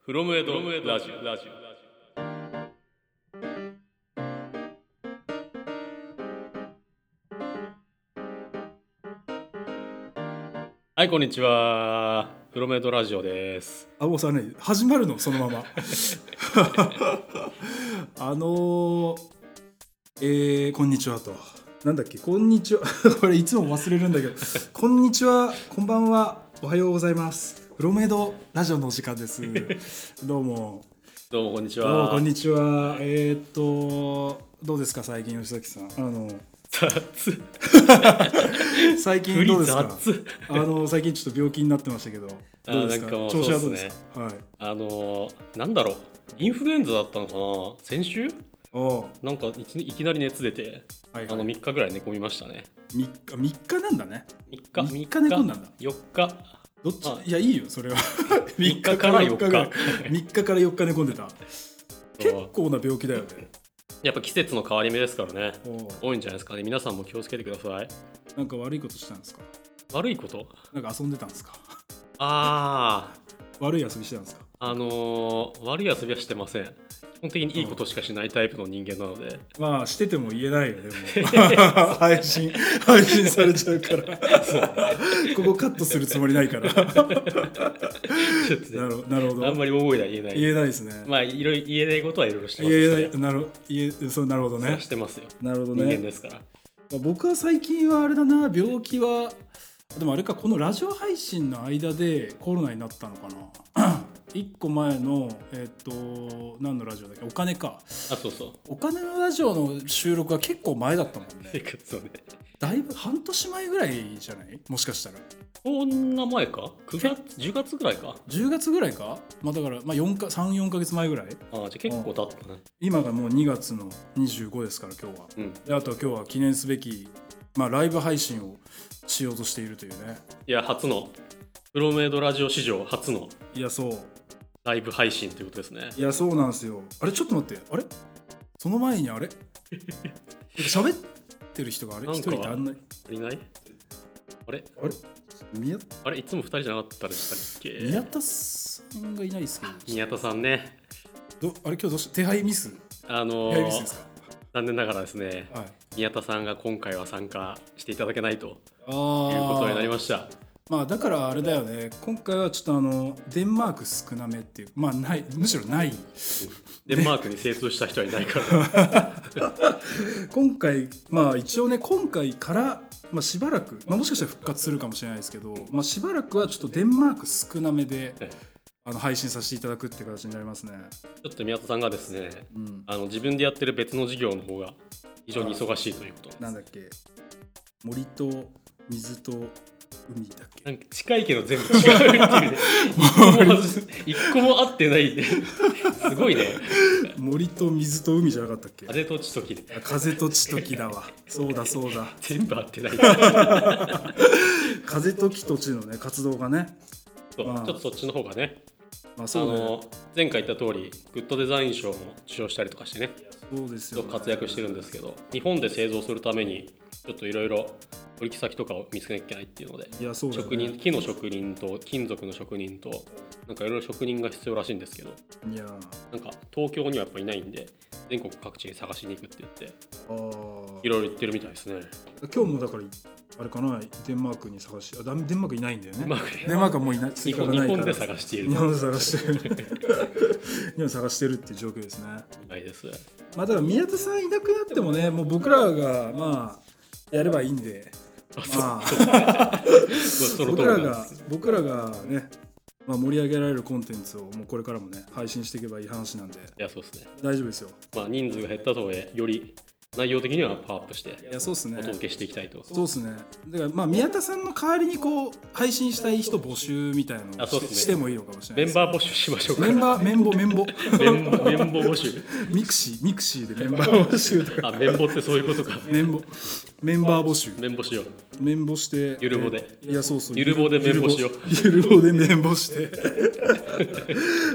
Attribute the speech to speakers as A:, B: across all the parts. A: フロムエドラジオラジオはいこんにちはフロムエドラジオです
B: あもうさね始まるのそのまま あのー、えー、こんにちはとなんだっけこんにちは これいつも忘れるんだけどこんにちはこんばんはおはようございますフロメドラジオのお時間です どうも
A: どうもこんにち
B: どうも
A: は
B: こんにちはえー、っとどうですか最近吉崎さんあの
A: 雑
B: 最
A: 振
B: 近どう
A: り
B: ですか
A: 雑
B: あの最近ちょっと病気になってましたけ ど
A: あー
B: どうですか
A: なんかもう
B: 調子はど
A: そう
B: う
A: っ
B: です
A: ね
B: すかはい
A: あのー、なんだろうインフルエンザだったのかな先週
B: おう
A: なんかいきいきなり熱出て
B: はい
A: あ
B: はい
A: の
B: 3
A: 3日ぐらい寝込みましたね
B: 日3日なんだね
A: 3日
B: 三日寝込んだんだ
A: 4日
B: どっち
A: はい
B: いやいいよそれは
A: 三日から四日
B: ぐらい3日から4日 寝込んでた結構な病気だよね
A: やっぱ季節の変わり目ですからね
B: おう
A: 多いんじゃないですかね皆さんも気をつけてください
B: なんか悪いことしたんですか
A: 悪いこと
B: なんか遊んでたんですか
A: あー
B: 悪い遊びしてたんですか
A: あのー、悪い遊びはしてません基本的にいいことしかしないタイプの人間なので
B: まあしてても言えないよね もう配信配信されちゃうからここカットするつもりないから
A: ちょっとね
B: なるなるほ
A: あん
B: ど
A: まり大声では言えない
B: 言えないですね、
A: まあいろいろ言えないことはいろいろしてます
B: 言え
A: ね
B: ないなる言えそうなるほど
A: それは
B: ね
A: してますよ
B: なるほど
A: 人間
B: ね
A: ですから、
B: まあ僕は最近はあれだな病気はでもあれかこのラジオ配信の間でコロナになったのかな 一個前のえっ、と何のラジオだっけお金か
A: あそうそう
B: お金のラジオの収録は結構前だったもん
A: て
B: ね
A: かそうね
B: だいぶ半年前ぐらいじゃないもしかしたら
A: こんな前か9月10月ぐらいか
B: 10月ぐらいかまあだから、まあ、4か34か月前ぐらい
A: ああじゃあ結構経ったね
B: 今がもう2月の25ですから今日は
A: うん
B: であとは今日は記念すべき、まあ、ライブ配信をしようとしているというね
A: いや初のプロメイドラジオ史上初の
B: いやそう
A: ライブ配信ということですね
B: いやそうなんですよあれちょっと待ってあれその前にあれ喋ってる人があれ
A: なん
B: 一
A: か
B: 人であんない
A: いないあれ
B: あれ宮
A: あれいつも2人じゃなかったでしたっけ
B: 宮田さんがいないですけ
A: 宮田さんね
B: どどあれ今日どうした手配ミス
A: あ
B: 手
A: の
B: 配ミスですか
A: 残念ながらですね
B: はい
A: 宮田さんが今回は参加していただけないという
B: あ
A: ことになりま
B: し
A: した
B: たまあだからあれだよね今回はちょっとあのデンマーク少なめっていうまあないむしろない
A: デンマークに精通した人はいないから
B: 今回まあ一応ね今回から、まあ、しばらく、まあ、もしかしたら復活するかもしれないですけど、まあ、しばらくはちょっとデンマーク少なめで
A: ええ
B: あの配信させていただくっていう形になりますね、
A: ちょっと宮田さんがですね
B: うん、
A: あの自分でやってる別の事業の方が非常に忙しいということ
B: なんだっけ森と水と海だっ け
A: なんか近いけど全部違うっていう ね一個も合ってないねすごいね
B: 森と水と海じゃなかったっけ
A: あれとちときで
B: あ風と地と木だわそうだそ うだ
A: 全部合って ない
B: 風と木と地のね活動がね
A: そう
B: まあ
A: ちょっとそっちの方がね
B: まあ
A: あ
B: そうだよ
A: の前回言った通りグッドデザイン賞も受賞したりとかしてね
B: そうです
A: ちょ
B: よ
A: っ
B: ね、
A: と活躍してるんですけど日本で製造するためにちょっといろいろ取引先とかを見つけなきゃいけないっていうので
B: いやそうだよ
A: 職
B: ね
A: 人木の職人と金属の職人となんかいろいろ職人が必要らしいんですけど
B: いや
A: なんか東京にはやっぱいないんで全国各地に探しに行くって言って
B: あー
A: いろいろ言ってるみたいですね。
B: 今日もだからあれかなデンマークに探しあダメデンマークいないんだよね
A: デンマーク
B: デンマークはもういない
A: 日
B: 追加
A: 本
B: が
A: 日
B: ないから
A: 本で探している
B: 日本で探してる 日本で探してるっていう状況ですね
A: みたいです。
B: まあただ宮田さんいなくなってもねもう僕らがまあやればいいんでまあ
A: その通
B: 僕
A: りな
B: ら
A: ん
B: が
A: です。
B: 僕らがねまあ盛り上げられるコンテンツをもうこれからもね配信していけばいい話なんで
A: いやそうですね。
B: 大丈夫ですよ
A: まあ人数が減ったとはいえより内容的にはパワーアップして
B: いやそうっす
A: お
B: ね
A: 届けしていきたいと。
B: そうですね。だからまあ宮田さんの代わりにこう配信したい人募集みたいなの
A: あ
B: を
A: そう
B: し,、
A: っすね
B: てもいいのかもしれな
A: メ
B: い
A: ン
B: ー
A: バー募集しましょうか。
B: メンバーメンボメンボ
A: メンボメンボ募集。
B: ミクシーミクシーでメンバー募集とか
A: あメンボってそういうことか。
B: メンボメンバー募集
A: メンボしよう。
B: メンボして
A: ゆるぼで
B: いやそうそう
A: ゆるぼでメンボしよう
B: ゆるぼゆるぼでメンボして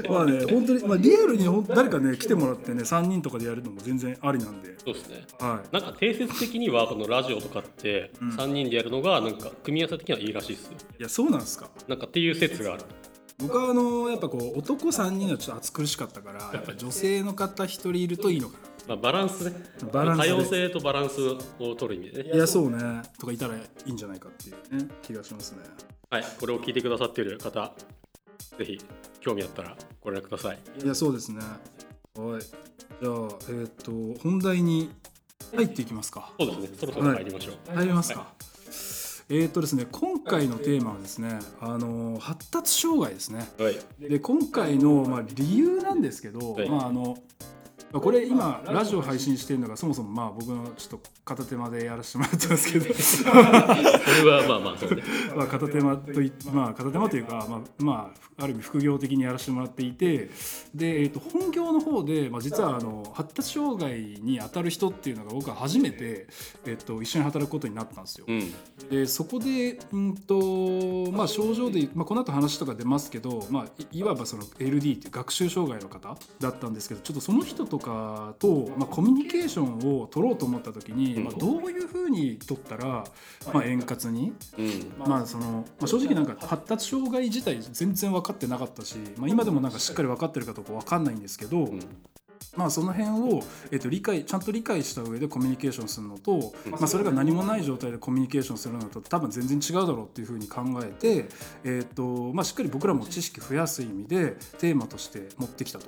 B: まあね本当にまあリアルにほん誰かね来てもらってね3人とかでやるのも全然ありなんで
A: そうですね。
B: は
A: なんか定説的にはこのラジオとかって3人でやるのがなんか組み合わせ的にはいいらしいですよ。
B: いいやそうなんですか
A: なんかっていう説がある。
B: 僕はあのやっぱこう男3人がちょっと暑苦しかったからやっぱ女性の方1人いるといいのか
A: まあ、バランスね
B: バランス
A: 多
B: で
A: 様性とバランスを取る意味でね
B: ないやそうねとかいたらいいんじゃないかっていうね気がしますね
A: はいこれを聞いてくださっている方ぜひ興味あったらご連絡ください
B: いやそうですねはいじゃあえっ、と本題に入っていきますか
A: そうですねそろそろ入りましょう、
B: 入りますか、えーっ、とですね今回のテーマはですねあの発達障害ですね
A: はい
B: で今回の、まあ、理由なんですけど、
A: はい
B: まああのまあこれ今ラジオ配信してるのがそもそもまあ僕のちょっと片手間でやらせてもらってますけ ど
A: これはまあまあそうね
B: まあ片手間といまあ片手間というか、まあまあ、ある意味副業的にやらせてもらっていてで、えー、と本業の方で、まあ、実はあの発達障害に当たる人っていうのが僕は初めて、えー、と一緒に働くことになったんですよ。
A: うん
B: でそこで、うんとまあ、症状で、まあ、この後話とか出ますけど、まあ、いいわばその LD っていう学習障害の方だったんですけどちょっとその人とかと、まあ、コミュニケーションを取ろうと思った時に、
A: うん
B: まあ、どういうふうに取ったら、まあ、円滑に、
A: うん
B: まあそのまあ、正直なんか発達障害自体全然分かってなかったし、まあ、今でもなんかしっかり分かってるかどうか分かんないんですけど。
A: うん
B: まあ、その辺を、えっと理解ちゃんと理解した上でコミュニケーションするのと、
A: うん
B: まあ、それが何もない状態でコミュニケーションするのと多分全然違うだろうっていうふうに考えて、えっとまあ、しっかり僕らも知識増やす意味でテーマとして持ってきたと。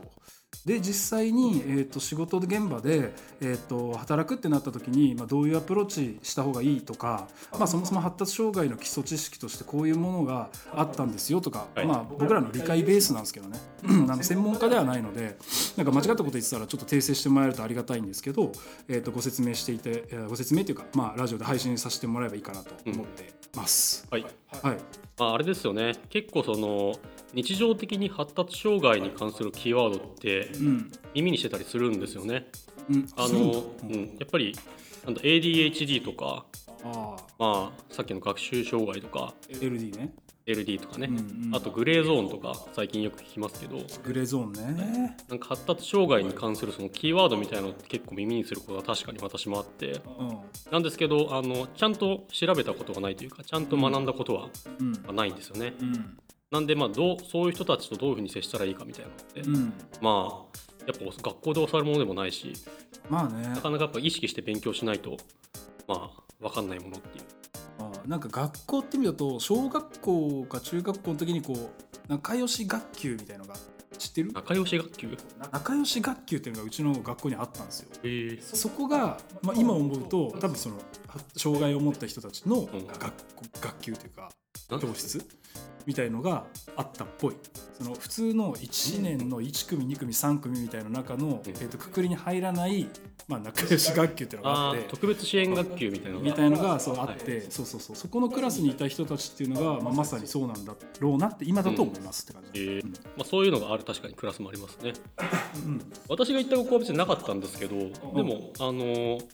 B: で実際に、えっと仕事現場で、えっと働くってなった時に、まあ、どういうアプローチした方がいいとか、まあ、そもそも発達障害の基礎知識としてこういうものがあったんですよとか、
A: はい
B: まあ、僕らの理解ベースなんですけどね あの専門家ではないのでなんか間違ったこと言ってたらちょっと訂正してもらえるとありがたいんですけど、えー、とご説明していて、えーご説明というか、まあ、ラジオで配信させてもらえばいいかなと思ってます。
A: はい
B: はい、
A: まあ、あれですよね結構その日常的に発達障害に関するキーワードって
B: うん
A: 耳にしてたりするんですよね。
B: うん、
A: あ
B: そう
A: のう
B: なんだ
A: ん、やっぱりなんだ ADHD とか、
B: ああ
A: まあ、さっきの学習障害とか
B: LD ね、
A: LD とかね、
B: うんうん
A: あとグレーゾーンとか最近よく聞きますけど
B: グレーゾーンね、
A: なんか発達障害に関するそのキーワードみたいなのって結構耳にすることが確かに私もあって
B: うん
A: なんですけどあのちゃんと調べたことがないというかちゃんと学んだことは
B: うん
A: ないんですよね。
B: うん
A: なんでまあどうそういう人たちとどういうふうに接したらいいかみたいなのって、
B: うん、
A: まあやっぱ学校で教わるものでもないし
B: まあね
A: なかなかやっぱ意識して勉強しないとまあ分かんないものっていう
B: ああなんか学校って意味だと小学校か中学校の時にこう仲良し学級みたいのが知ってる
A: 仲良し学級
B: 仲良し学級っていうのがうちの学校にあったんですよ
A: え
B: そこが、まあ、今思うと多分その障害を持った人たちの
A: ん
B: 学,、学級というか
A: なん
B: 教室みたいのがあったっぽいその普通の1年の1組2組3組みたいな中の、えー、とくくりに入らない、まあ、仲良し学級っていうのがあ
A: あ
B: って
A: ー特別支援学級みたいなの
B: み
A: が
B: たいのがそうあって、そうそうそうそこのクラスにいた人たちっていうのが、まあ、まさにそうなんだろうなって今だと思いますって感
A: え
B: じ、
A: ーまあ、そういうのがある確かにクラスもありますね
B: うん
A: 私が行った学校は別になかったんですけどでもあのー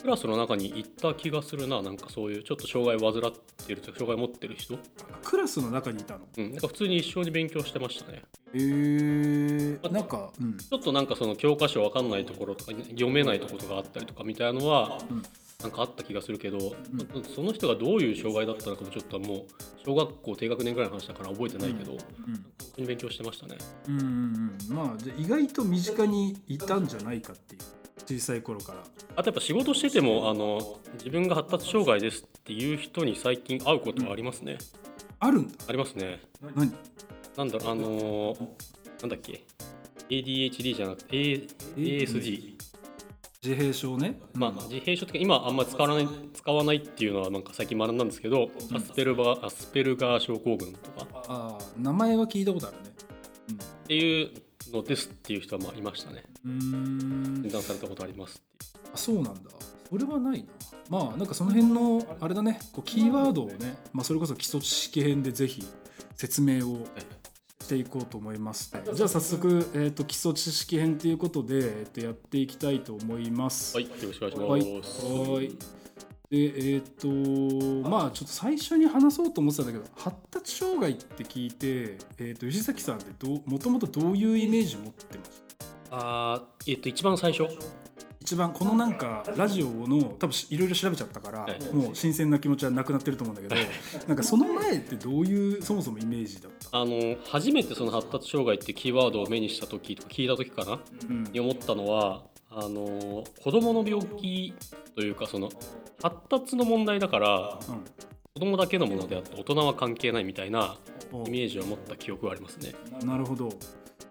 A: クラスの中に行った気がするななんかそういうちょっと障害を患ってる障害を持ってる人、
B: クラスの中にいたの
A: うん、なんか普通に一緒に勉強してましたね
B: へえー、なんか、うん、
A: ちょっとなんかその教科書わかんないところとか読めないところがあったりとかみたいなのは
B: うん
A: なんかあった気がするけど、その人がどういう障害だったのかもちょっともう小学校低学年ぐらいの話だから覚えてないけど、本
B: うん
A: 当に勉強してましたね。
B: うんうんうんまあじゃあ意外と身近にいたんじゃないかっていう小さい頃から
A: あとやっぱ仕事しててもあの自分が発達障害ですっていう人に最近会うことはありますね。
B: あるんだ
A: ありますね。
B: 何
A: なんだろうあのーなんだっけ ADHD じゃなくて A- ASD。
B: 自閉症ね
A: まあ、自閉症とか今あんまり使わない使わないっていうのはなんか最近学んだんですけど、アスペルバーアスペルガー症候群とかっ
B: ああ名前は聞いたことあるね
A: ていうのですっていう人はまあいましたね
B: うんうー
A: 診
B: ん
A: 断されたことありますっていう
B: あそうなんだそれはないなまあなんかその辺のあれだねこうキーワードをね、まあ、それこそ基礎知識編でぜひ説明をしていこうと思います、ね、じゃあ早速、えー、と基礎知識編ということで、えー、とやっていきたいと思います
A: はいよろしくお
B: は
A: 願
B: い
A: いします、
B: はいでえーっとまあちょっと最初に話そうと思ってたんだけど発達障害って聞いて、えー、と吉崎さんってどうもともとどういうイメージ持ってまし
A: あーえっと一番最初
B: た一番このなんかラジオの多分いろいろ調べちゃったから、
A: はい
B: もう新鮮な気持ちはなくなってると思うんだけどなんかその前ってどういうそもそもイメージだった、
A: あの初めてその発達障害ってキーワードを目にした時とか聞いた時かな
B: うん
A: に思ったのはあの子どもの病気というかその発達の問題だから
B: うん
A: 子どもだけのものであって大人は関係ないみたいな
B: お
A: イメージを持った記憶がありますね。
B: なるほど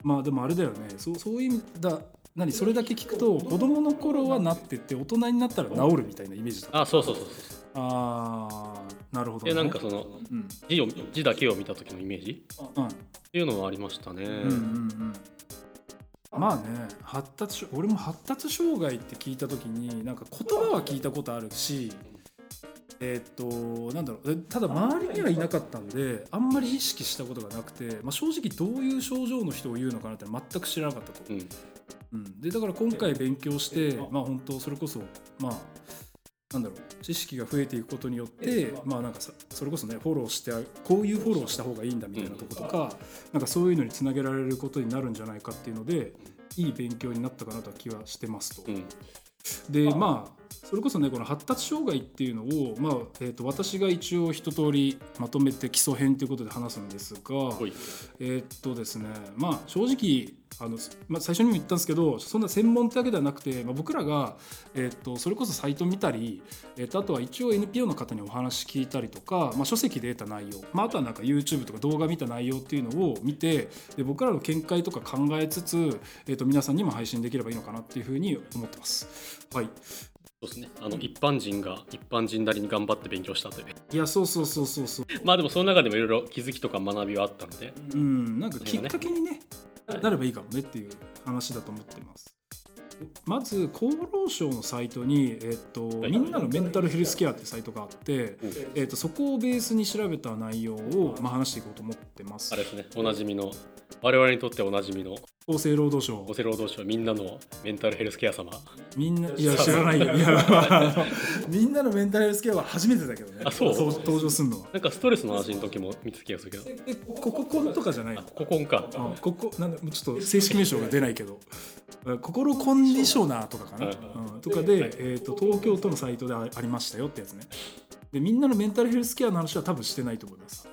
B: まあでもあれだよねそうそういう意味だ何それだけ聞くと子供の頃はなってって大人になったら治るみたいなイメージだった
A: あそうそうそうそう
B: あーなるほど、ね、
A: でなんかその
B: うん
A: 字を字だけを見た時のイメージ
B: うん
A: っていうのはありましたね。
B: うんうんうんまあね発達障俺も発達障害って聞いた時になんか言葉は聞いたことあるしえーっとなんだろうえただ周りにはいなかったんであんまり意識したことがなくて、まあ、正直どういう症状の人を言うのかなって全く知らなかったと、
A: うん
B: うん、でだから今回勉強してまあ本当それこそまあなんだろう知識が増えていくことによってまあなんかさそれこそねフォローしてあこういうフォローした方がいいんだみたいなとことかなんかそういうのにつなげられることになるんじゃないかっていうのでいい勉強になったかなとは気はしてますと
A: う。ん
B: でまあそれこそねこの発達障害っていうのを、まあえー、と私が一応一通りまとめて基礎編ということで話すんですが、
A: ほい
B: えーっとですねまあ正直あの、すまあ、最初にも言ったんですけどそんな専門ってわけではなくて、まあ、僕らが、えーっとそれこそサイト見たり、えーっとあとは一応 NPO の方にお話聞いたりとか、まあ、書籍で得た内容、まあ、あとはなんか YouTube とか動画見た内容っていうのを見てで僕らの見解とか考えつつ、えーっと皆さんにも配信できればいいのかなっていうふうに思ってます。はい、
A: そうですねあの一般人が一般人なりに頑張って勉強したという
B: いやそうそうそうそうそう
A: まあでもその中でもいろいろ気づきとか学びはあったので
B: うん、なんかきっかけにね、
A: はい
B: なればいいかもねっていう話だと思ってます。まず厚労省のサイトに、えっと
A: はい
B: みんなのメンタルヘルスケアっていうサイトがあって、
A: うん
B: えっとそこをベースに調べた内容を、まあ、話していこうと思ってます
A: あれ。ですねおなじみの我々にとっておなじみの
B: 厚生労働省
A: 厚生労働省みんなのメンタルヘルスケア様
B: みんないや知らないよいや、まああのみんなのメンタルヘルスケアは初めてだけどね
A: あそう
B: 登場するのは
A: なんかストレスの話の時も見つけやするけど
B: えこここんとかじゃないの
A: ここんか
B: うんここなんだちょっと正式名称が出ないけどうん心コンディショナーとかかな、
A: うん
B: うんとかで、えー、と東京都のサイトであありましたよってやつねでみんなのメンタルヘルスケアの話は多分してないと思います、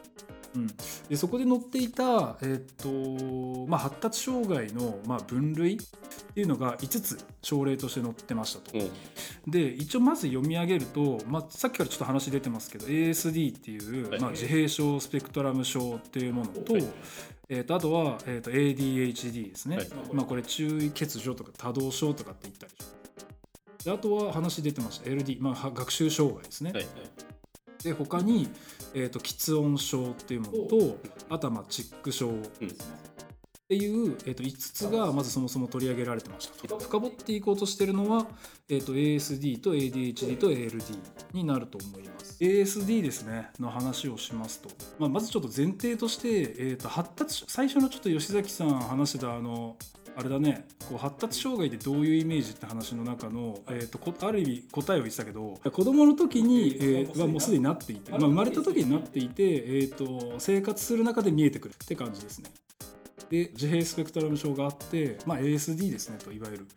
B: うん、でそこで載っていた、えーとまあ、発達障害の、まあ、分類っていうのが5つ症例として載ってましたと、
A: うん
B: で一応まず読み上げると、まあ、さっきからちょっと話出てますけど ASD っていう、
A: はい
B: まあ、自閉症スペクトラム症っていうものと,、
A: はい
B: えー、とあとは、えー、と ADHD ですね、
A: はい
B: まあ、これ注意欠如とか多動症とかって言ったりしますであとは話出てました LD、まあ、は学習障害ですね、
A: はい
B: で他に、えー、と喫音症っていうものとあとはまあチック症っていう、えー、と5つがまずそもそも取り上げられてましたと深掘っていこうとしてるのは、えー、と ASD と ADHD と ALD になると思います ASD ですねの話をしますと、まあ、まずちょっと前提として、えー、と発達最初のちょっと吉崎さん話してたあのあれだねこう発達障害ってどういうイメージって話の中の、えー、とこある意味答えを言ってたけど子供の時に、えーはもうすでになっていて、まあ、生まれた時になっていて、えー、と生活する中で見えてくるって感じですね。で自閉スペクトラム症があって、まあ、ASD ですねといわゆる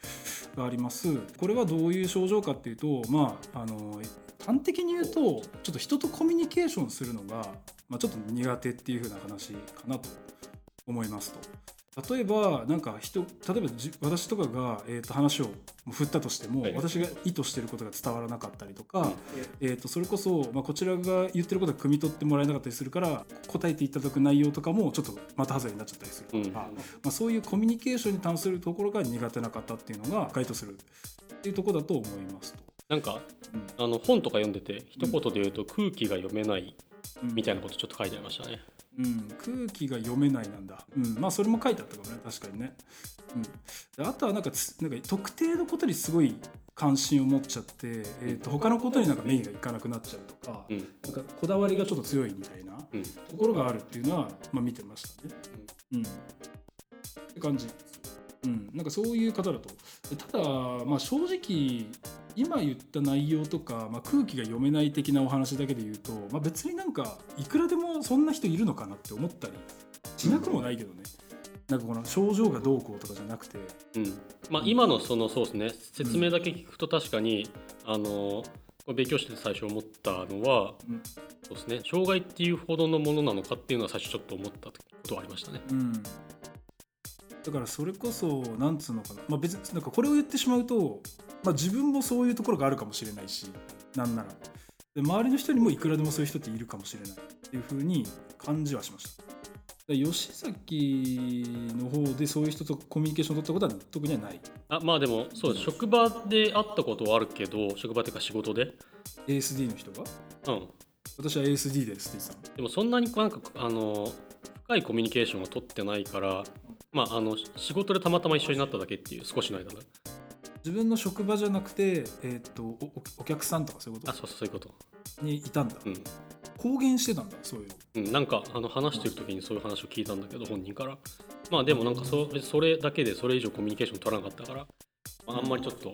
B: がありますこれはどういう症状かっていうとまああの端的に言うとちょっと人とコミュニケーションするのが、まあ、ちょっと苦手っていう風な話かなと思いますと。例えばなんか人例えばじ私とかが、えー、と話を振ったとしても、
A: はい
B: 私が意図してることが伝わらなかったりとか、えー、とそれこそ、まあ、こちらが言ってることは汲み取ってもらえなかったりするから答えていただく内容とかもちょっと的外れになっちゃったりするとか、まあ、そういうコミュニケーションに関するところが苦手な方っていうのが該当するっていうところだと思いますと。
A: なんか
B: うん
A: あの本とか読んでて一言で言うと空気が読めない
B: うん
A: みたいなことちょっと書いてありましたね
B: うん、空気が読めないなんだ、うん、まあそれも書いてあったかもね確かにね、うんで、あとはなんかつなんか特定のことにすごい関心を持っちゃって、えー、と他のことになんか目がいかなくなっちゃうとか,、
A: うん
B: なんかこだわりがちょっと強いみたいな
A: うん
B: ところがあるっていうのは、まあ、見てましたね。うん、って感じ。うん、なんかそういう方だと。でただ、まあ、正直今言った内容とか、まあ、空気が読めない的なお話だけで言うと、まあ、別になんかいくらでもそんな人いるのかなって思ったりしなくもないけどね。なんかこの症状がどうこうとかじゃなくて
A: うんまあ、今のそのそうですね説明だけ聞くと確かに、あのこれ勉強してて最初思ったのは、
B: うん
A: そうですね障害っていうほどのものなのかっていうのは最初ちょっと思ったことはありましたね。
B: うんだからそれこそなんつうのかな、まあ、別になんかこれを言ってしまうと、まあ、自分もそういうところがあるかもしれないしなんならで周りの人にもいくらでもそういう人っているかもしれないっていう風に感じはしましたで吉崎の方でそういう人とコミュニケーションを取ったことは特にはない
A: あまあでもそうです職場で会ったことはあるけど職場っていうか仕事で、
B: ASD の人が
A: うん、
B: 私は ASD ですって言ってたの
A: でもそんなになんかあの深いコミュニケーションを取ってないから、まあ、あの仕事でたまたま一緒になっただけっていう少しの間だ
B: 自分の職場じゃなくて、えーっとおおお客さんとかそういうこ
A: あそうそうそういうこと、
B: とにいたんだ
A: うん
B: 公言してたんだそういうの
A: うん、なんかあの話してる時にそういう話を聞いたんだけど本人からまあでもなんかそ別にそれだけでそれ以上コミュニケーション取らなかったから、まあ、あんまりちょっと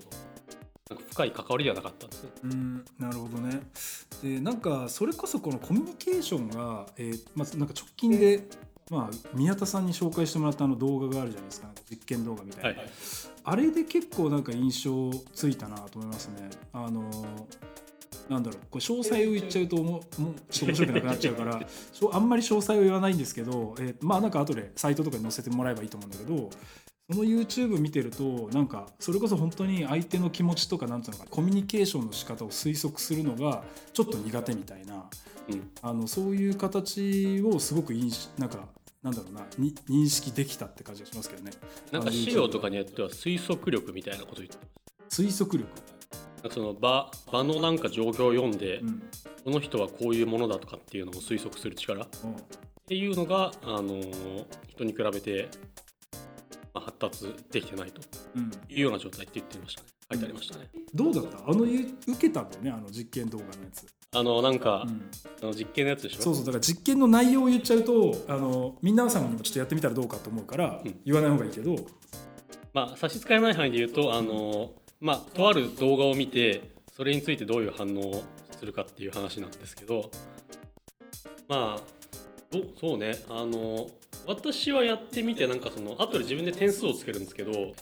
A: なんか深い関わりではなかったんですね
B: うんなるほどね。でなんかそれこそこのコミュニケーションが、えーまあ、なんか直近で、まあ、宮田さんに紹介してもらったあの動画があるじゃないですかなんか実験動画みたいな、
A: はい
B: あれで結構なんか印象ついたなと思いますね。あのーなんだろうこれ詳細を言っちゃうともうもうちょっと面白くなくなっちゃうからしょあんまり詳細を言わないんですけど、えーまあなんか後でサイトとかに載せてもらえばいいと思うんだけどその YouTube 見てるとなんかそれこそ本当に相手の気持ちとかなんていうのかコミュニケーションの仕方を推測するのがちょっと苦手みたいな
A: うん
B: あのそういう形をすごく印しなんかなんだろうなに認識できたって感じがしますけどね
A: なんか資料とかによっては推測力みたいなこと言って
B: 推測力、
A: なんかその場場のなんか状況を読んで、
B: うん
A: この人はこういうものだとかっていうのを推測する力っ
B: うん
A: ていうのが、あの人に比べて、まあ、発達できてないと
B: うん、
A: いうような状態って言ってましたね書いてありましたね。
B: どうだったあのゆ受けたんだよねあの実験動画のやつ、
A: あのなんか、
B: うん
A: あの実験のやつでしょ
B: そうそうだから実験の内容を言っちゃうとあの皆さんにもちょっとやってみたらどうかと思うから、
A: うん
B: 言わない方がいいけど
A: まあ、差し支えない範囲で言うとあの、まあ、とある動画を見てそれについてどういう反応をするかっていう話なんですけどまあどそうねあの私はやってみてなんかその後で自分で点数をつけるんですけどで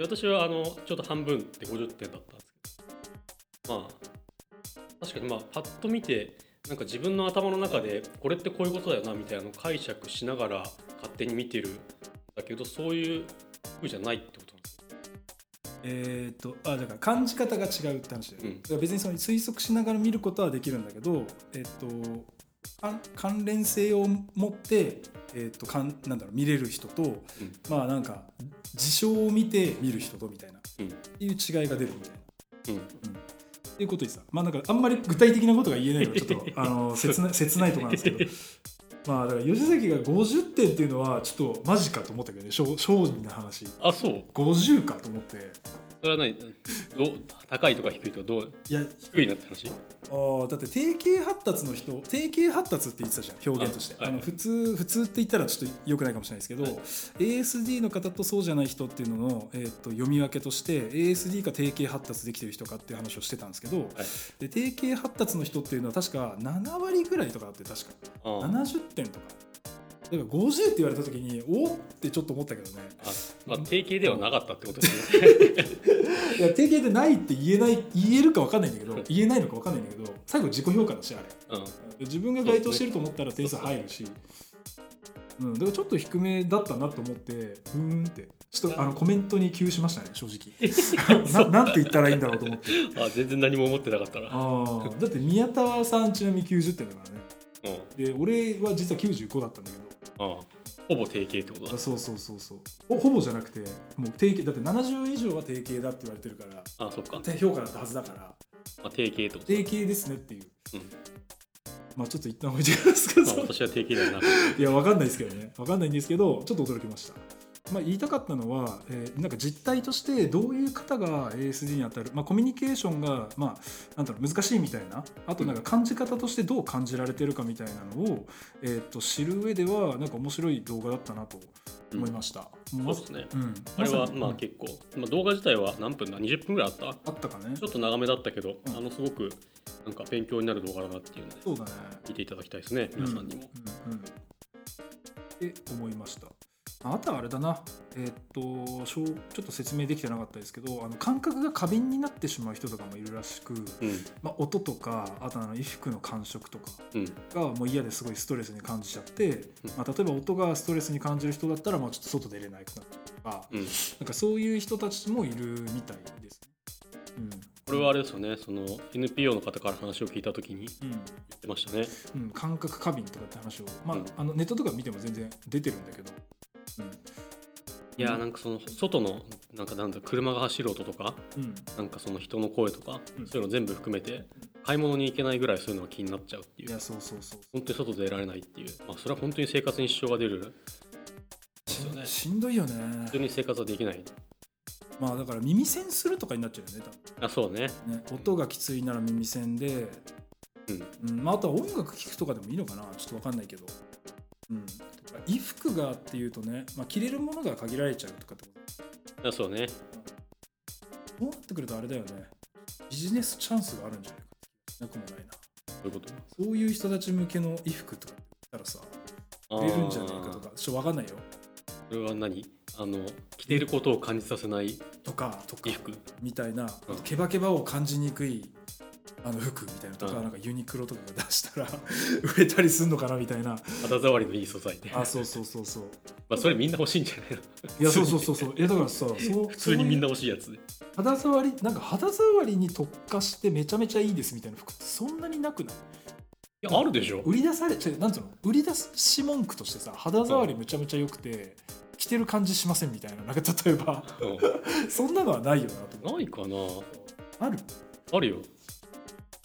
A: 私はあのちょっと半分って50点だったんですけどまあ確かにまあパッと見てなんか自分の頭の中でこれってこういうことだよなみたいなのを解釈しながら勝手に見てるんだけどそういう風じゃないってことなんです
B: えーっとあだから感じ方が違うって話だよね、
A: うん
B: だから別にその推測しながら見ることはできるんだけどえーっと関関連性を持って、えーっとかんなんだろう見れる人と、まあなんか事象を見て見る人とみたいなっ
A: うん
B: ていう違いが出るみたい
A: うん
B: な。っていうことでさ、まあなんかあんまり具体的なことが言えないのがちょ っとあの切な切ないところなんですけど、 まあだから吉崎が50点っていうのはちょっとマジかと思ったけどね、正正直な話。
A: あそう
B: 50かと思って、
A: それは何どう高いとか低いとかどう
B: いや、
A: 低いなって話
B: あーだって定型発達の人、定型発達って言ってたじゃん、表現として。
A: はい
B: あの普通普通って言ったらちょっと良くないかもしれないですけど、
A: はい
B: ASD の方とそうじゃない人っていうのの、えーっと読み分けとして ASD か定型発達できてる人かっていう話をしてたんですけど、で定型発達の人っていうのは確か7割ぐらいとかだって確か
A: ああ
B: 70点とかだから50って言われた時におーってちょっと思ったけどね
A: あまあ定型ではなかったってことですね
B: いや定型でないって言えない言えるか分かんないんだけど言えないのか分かんないんだけど最後自己評価だしあれ
A: うん
B: 自分が該当してると思ったら点数入るしうん、だからちょっと低めだったなと思ってうーんってちょっとあのコメントに急しましたね正 直ななんて言ったらいいんだろうと思って
A: あ全然何も思ってなかったら
B: あーだって宮田さんちなみに90点だからね
A: うんあ
B: で俺は実は95だったんだけど
A: あほぼ定型ってことだ
B: あそうそうそうそうほほぼじゃなくてもう定型だって70以上は定型だって言われてるから
A: あそっか、
B: 低評価だったはずだから
A: まあ、定型ってことだ
B: 定型ですねっていう、
A: うん
B: まあちょっと一旦置いてますけど
A: まあ、私は定型ではなかっ
B: いやわかんないですけどねわかんないんですけどちょっと驚きましたまあ、言いたかったのは、えーなんか実態としてどういう方が ASD に当たる、まあ、コミュニケーションが、まあ、なんだろう難しいみたいなあとなんか感じ方としてどう感じられてるかみたいなのを、えーっと知る上ではなんか面白い動画だったなと思いました。
A: た
B: も
A: そうで
B: う
A: すね
B: うん、
A: あれは
B: さに
A: ま
B: う
A: あ
B: ん
A: 結構、まあ、動画自体は何分だ20分ぐらいあった
B: あったかね
A: ちょっと長めだったけど、
B: うん
A: あのすごくなんか勉強になる動画だなっていうので
B: そうだね
A: 見ていただきたいですね皆さんにも、
B: うんうんうんって思いましたあとはあれだな、えーっとしょうちょっと説明できてなかったですけどあの感覚が過敏になってしまう人とかもいるらし
A: う
B: く、
A: ん
B: まあ、音とかあとあの衣服の感触とか
A: うん
B: がもう嫌ですごいストレスに感じちゃって、まあ、例えば音がストレスに感じる人だったらもうちょっと外出れなくなるとか
A: うん
B: なんかそういう人たちもいるみたいですね。うん
A: これはあれですよねその NPO の方から話を聞いた時に言
B: うん
A: ってましたね
B: うん、感覚過敏とかって話を、まあ
A: うん
B: あのネットとか見ても全然出てるんだけど、
A: いやーなんかその外のなんかなんだ車が走る音とか
B: うんうん、
A: なんかその人の声とか、
B: うん
A: そういうの全部含めて買い物に行けないぐらいそういうのが気になっちゃうってい
B: いうやそうそうそう
A: 本当に外出られないっていう、まあ、それは本当に生活に支障が出るですよね
B: しんどいよね
A: 普通に生活はできない
B: まあだから耳栓するとかになっちゃうよね
A: あそうね
B: 多分ね音がきついなら耳栓で、
A: うん
B: うんまあ、あとは音楽聴くとかでもいいのかなちょっとわかんないけど、うん、衣服がっていうとね、まあ、着れるものが限られちゃうとかってこと
A: あそうね
B: そうなってくるとあれだよねビジネスチャンスがあるんじゃないかなくもないな
A: そういうこと
B: そういう人たち向けの衣服とかだったらさ
A: あ
B: 売
A: ー
B: れるんじゃないかとかちょっとわかんないよ
A: それは何あの着ていることを感じさせない
B: とかとか
A: 衣服
B: みたいな、
A: うん
B: ケバケバを感じにくいあの服みたいなとか、
A: うん
B: なんかユニクロとかが出したら 売れたりすんのかなみたいな
A: 肌触りのいい素材で、ま
B: あそうそうそうそう
A: あ、それみんな欲しいんじゃないの
B: いやそうそうそうそういやだからさそ う
A: 普通にみんな
B: そうい
A: 欲し
B: う
A: いやつで
B: 肌触りなんか肌触りに特化してめちゃめちゃいいですみたいな服ってそんなになくない
A: いやあるでしょ
B: 売り出されちょなんつうの売り出し文句としてさ肌触りめちゃめちゃ良くて着てる感じしませんみたいななんか例えば
A: う
B: そんなのはないよなと
A: ん
B: 思
A: な
B: う
A: いかな
B: ある
A: あるよ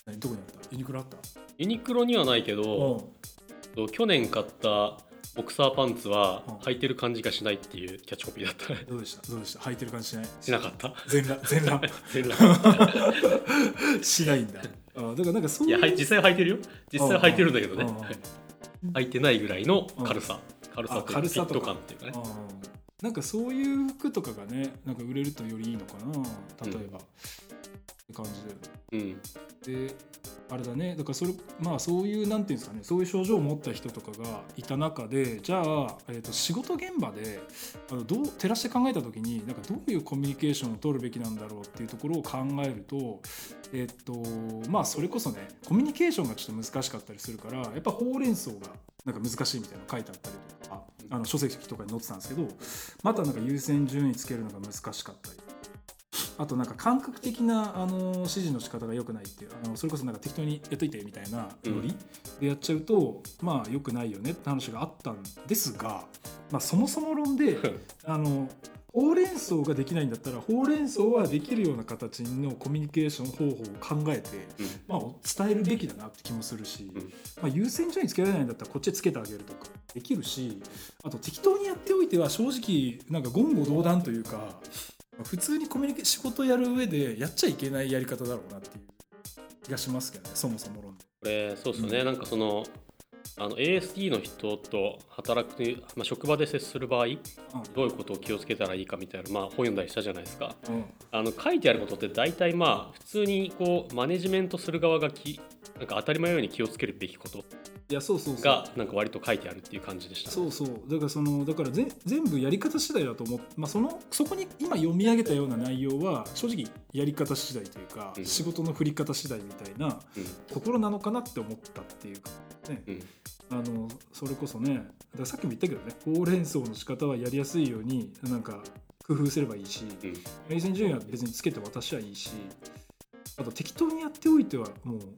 B: 何どこにあったユニクロあった
A: ユニクロにはないけど、
B: うん
A: と去年買ったボクサーパンツは
B: うん
A: 履いてる感じがしないっていうキャッチコピーだ ったね
B: どうでしたどうでした履いてる感じしない
A: しなかった
B: 全裸全裸
A: 全裸
B: しないんだあだからなんかそう
A: い
B: いう
A: やはい実際履いてるよ実際履いてるんだけどね
B: うんうんうん
A: 履いてないぐらいの軽さ軽さ
B: あ
A: とフィ
B: 軽さ
A: ッ
B: と
A: ト
B: か
A: 感っていうかね
B: あーなんかそういう服とかがねなんか売れるとよりいいのかな例えば、って感じだよね
A: うん
B: であれだねだからそれまあそういうなんていうんですかねそういう症状を持った人とかがいた中でじゃあ、えー、と仕事現場であのどう照らして考えた時になんかどういうコミュニケーションを取るべきなんだろうっていうところを考えると,、えー、とまあそれこそねコミュニケーションがちょっと難しかったりするからやっぱほうれん草がなんか難しいみたいなの書いてあったりとかあの書籍とかに載ってたんですけどまたなんか優先順位つけるのが難しかったりあとなんか感覚的なあの指示の仕方が良くないっていうあのそれこそなんか適当にやっといてみたいなノリでやっちゃうと、まあ良くないよねって話があったんですが、まあ、そもそも論であのほうれん草ができないんだったらほうれん草はできるような形のコミュニケーション方法を考えて、
A: うん
B: まあ、伝えるべきだなって気もするし、
A: うん
B: まあ、優先順位つけられないんだったらこっちでつけてあげるとかできるしあと適当にやっておいては正直なんか言語道断というかまあ普通にコミュニケ仕事やる上でやっちゃいけないやり方だろうなっていう気がしますけどねそもそも論で。
A: これそうですよね、
B: うん
A: なんかそのあの ASD の人と働く、まあ、職場で接する場合どういうことを気をつけたらいいかみたいな、まあ、本読んだりしたじゃないですか
B: うん
A: あの書いてあることって大体まあ普通にこうマネジメントする側がきなんか当たり前のように気をつけるべきこと
B: いやそうそうそう
A: がなんか割と書いてあるっていう感じでしたね、
B: そうそうだからそのだからぜ全部やり方次第だと思って、まあ、そのそこに今読み上げたような内容は正直やり方次第というか、
A: うん
B: 仕事の振り方次第みたいなところなのかなって思ったっていうか、ね
A: うんうん
B: あのそれこそねだからさっきも言ったけどねほうれん草の仕方はやりやすいようになんか工夫すればいいし
A: うん
B: 優先順位は別につけて渡しはいいしあと適当にやっておいてはもうだか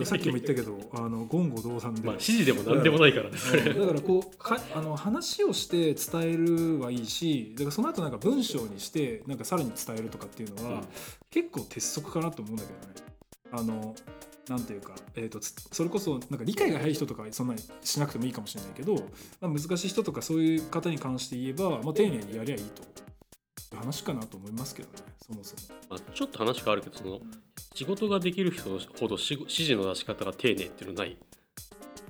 B: らさっきも言ったけどあの言語道断で。
A: まあ指示でも何でもないからねそれ
B: うんだからこうかあの話をして伝えるはいいしだからその後なんか文章にしてなんかさらに伝えるとかっていうのは、
A: うん
B: 結構鉄則かなと思うんだけどね。あのなんていうか、えー、とつそれこそなんか理解が早い人とかそんなにしなくてもいいかもしれないけど、まあ、難しい人とかそういう方に関して言えば、まあ、丁寧にやりゃいいという話かなと思いますけどねそもそも。
A: まあ、ちょっと話変わるけどその仕事ができる人ほどし指示の出し方が丁寧っていうのない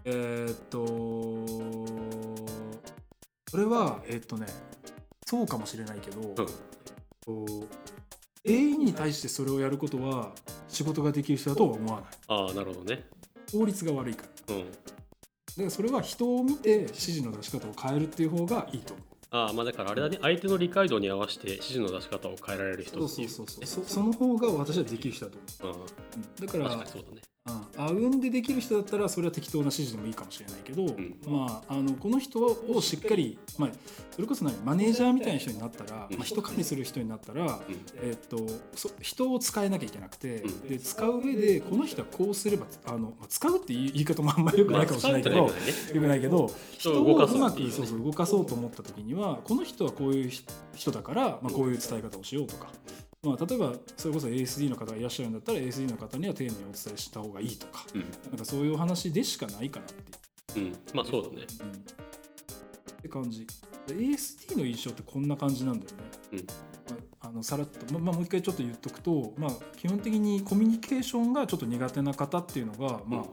B: えーっとそれはえーっとねそうかもしれないけど、こう永遠に対してそれをやることは仕事ができる人だとは思わない
A: ああなるほどね
B: 法律が悪いからだ
A: うん
B: からそれは人を見て指示の出し方を変えるっていう方がいいと思う
A: ああまあだからあれだね相手の理解度に合わせて指示の出し方を変えられる人
B: そう
A: って
B: そ
A: いう
B: そうそうそその方が私はできる人だと思
A: う、
B: う、うん、だか
A: うん、
B: ら
A: 確かにそうだね
B: うん、あうんでできる人だったらそれは適当な指示でもいいかもしれないけど、
A: ん
B: まあ、あのこの人をしっかり、まあ、それこそ何マネージャーみたいな人になったら、
A: うん
B: まあ、人管理する人になったら、
A: うん
B: えっとそ人を使えなきゃいけなくて、
A: うん
B: で使う上でこの人はこうすればあの、まあ、使うっていう言い方もあんまりよくないかもしれないけど、
A: まあ
B: よ
A: 使うってのはよくないね
B: くないけど
A: 人
B: 人
A: を動
B: を
A: か
B: う
A: す
B: ま
A: っていう
B: く
A: ね
B: そうそう動かそうと思った時にはこの人はこういう人だから、まあ、こういう伝え方をしようとか、まあ、例えばそれこそ ASD の方がいらっしゃるんだったら ASD の方には丁寧にお伝えした方がいいとかなんかそういうお話でしかないかなってい
A: うん、うん、まあそうだね
B: う、うんって感じで ASD の印象ってこんな感じなんだよね。
A: うん
B: まあのさらっと、ままあ、もう一回ちょっと言っとくと、まあ、基本的にコミュニケーションがちょっと苦手な方っていうのが、まあ
A: うん、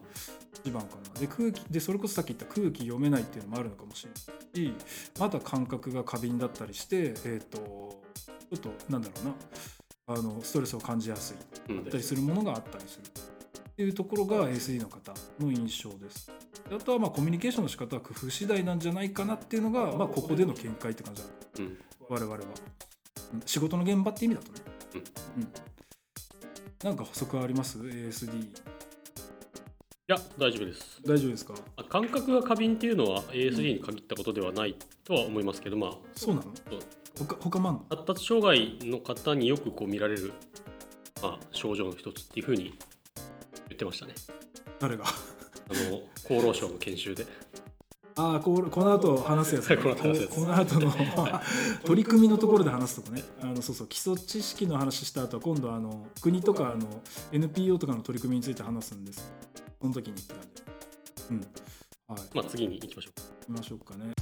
B: 一番かなで空気でそれこそさっき言った空気読めないっていうのもあるのかもしれないしまた感覚が過敏だったりして、えー、とちょっとなんだろうなあのストレスを感じやすい
A: うん
B: だったりするものがあったりするっていうところが ASD の方の印象です。であとはまあコミュニケーションの仕方は工夫次第なんじゃないかなっていうのが、まあ、ここでの見解って感じだ
A: うん
B: 我々はうん仕事の現場って意味だとね、うんなんか補足はあります ASD
A: いや大丈夫です
B: 大丈夫ですか
A: まあ感覚が過敏っていうのは ASD に限ったことではないとは思いますけど、まあ
B: そうなの
A: そう
B: 他他もあんの
A: 発達障害の方によくこう見られる、まあ、症状の一つっていうふうに言ってましたね
B: 誰が
A: あの厚労省の研修で
B: ああこうこの後話すやつ、ね、
A: この後話すやつ
B: ここの後の 取り組みのところで話すとこねあのそうそう基礎知識の話した後は今度あの国とかあの NPO とかの取り組みについて話すんですその時にって感じうんはい
A: まあ次に行きましょう
B: 行きましょうかね